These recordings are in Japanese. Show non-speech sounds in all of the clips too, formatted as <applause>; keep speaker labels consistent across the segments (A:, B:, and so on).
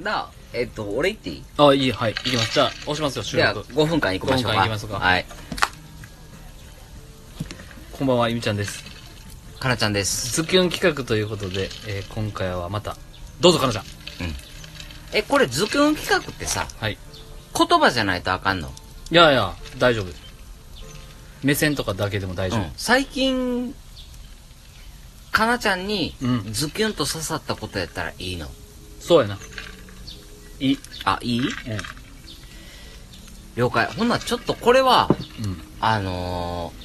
A: なあ、えっと、俺言っていい
B: あ、いい、はい。いきます。じゃあ、押しますよ、収
A: じゃあ、
B: 録。
A: 5分間行きましょう
B: 5分
A: か。
B: 間行きますか
A: はい。
B: こんばんは、ゆみちゃんです。
A: かなちゃんです。
B: ズッキュン企画ということで、えー今回はまた、どうぞ、かなちゃん。
A: え、これ、ズキュン企画ってさ、
B: はい。
A: 言葉じゃないとあかんの、
B: いやいや、大丈夫。目線とかだけでも大丈
A: うん最近、かなちゃんに、
B: 夫。うん。
A: ズキュンと刺さったことやったらいいの。
B: そうやな。いい。
A: あ、いい
B: うん。
A: 了解。ほんならちょっとこれは、
B: うん。
A: あのー、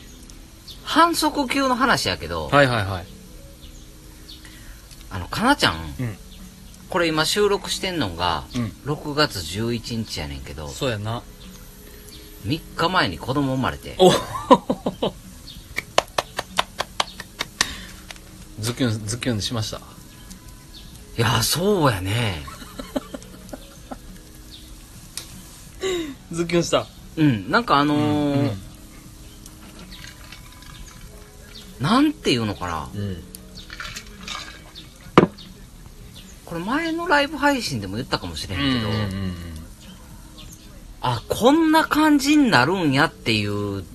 A: 反則級の話やけど、
B: はいはいはい。
A: あの、かなちゃん、
B: うん
A: これ今収録してんのが、
B: うん。
A: 6月11日やねんけど、
B: そうやな。
A: 3日前に子供生まれて、
B: お <laughs> ズッキュン、ズッキュンしました。
A: いや、そうやね。
B: ズッキュンした。
A: うん、なんかあの
B: う
A: ー
B: ん。
A: なんていうのかな。
B: うん。
A: これ前のライブ配信でも言ったかもしれ
B: うん
A: けど、
B: ん。
A: あ、こんな感じになるんやっていう
B: うん。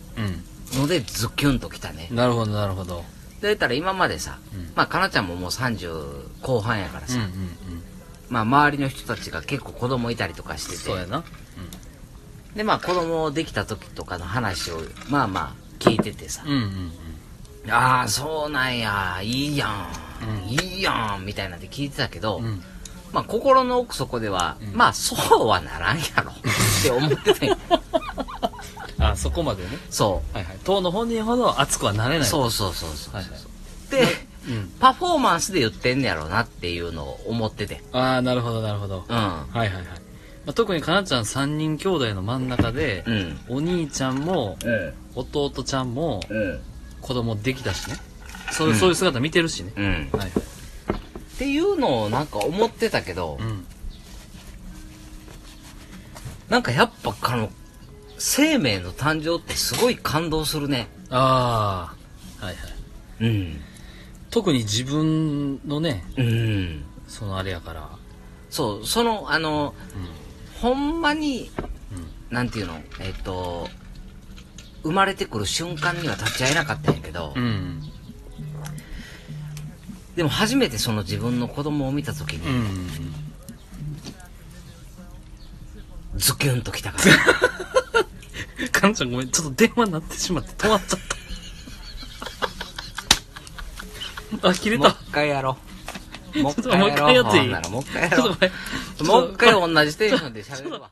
A: のでズキュンときたね。
B: なるほど、なるほど。
A: で、言ったら今までさ、
B: うん
A: まあ、かなちゃんももう30後半やから
B: う
A: さ、
B: んうんうん。
A: まあ、周りの人たちが結構子供いたりとかして
B: そうや
A: て、
B: な。
A: で、まあ、子供できた時とかの話を、まあまあ、聞いててさ
B: う、んうんうん。
A: ああ、そうなんや、いいやん、
B: うん
A: いいやん、みたいなんで聞いてたけど、
B: うん、
A: まあ、心の奥底では、
B: うん
A: まあ、そうはならんやろ、って思ってて、
B: あ <laughs> そこまでね、
A: そ
B: はいはい、当の本人ほど熱くはなれ
A: う、
B: ない
A: そうそうそうそう。
B: はいはい
A: で、
B: うん、
A: パフォーマンスで言ってんねやろなっていうのを思ってて。
B: ああなるほどなるほど、
A: うん。うん。
B: はいはいはい、まあ、特にかなちゃん3人兄弟の真ん中で、
A: うん。
B: お兄ちゃんも
A: うん。
B: 弟ちゃんも
A: うん。
B: 子供できたしねそう,、
A: うん
B: そういう姿見てるしね、
A: うん。
B: はいは
A: っ
B: い
A: ていうのをなんか思ってたけど、
B: うん、
A: なんかやっぱあの、生命の誕生ってすごい感動するね。
B: ああはいはい
A: うん。
B: 特に自分のね
A: うん。
B: そのあれやから
A: そう、その、あの、ほんまに、
B: うんうん
A: なんていうの、えっ、と、生まれてくる瞬間には立ち会えなかったんやけど、
B: うん
A: でも初めてその自分の子供を見た時
B: う
A: に、
B: ん
A: ズキュンときた
B: <laughs>
A: から。
B: かなちゃんごめんちょっと電話鳴ってしまって止まっちゃったあ切れ
A: もう
B: た
A: 一回やろう。もう
B: <laughs> ちょっともう一回やっていい
A: ほんならもう一回や
B: ちょっと
A: ろ
B: ごめん
A: う。もう一回同じテンションで喋るわ。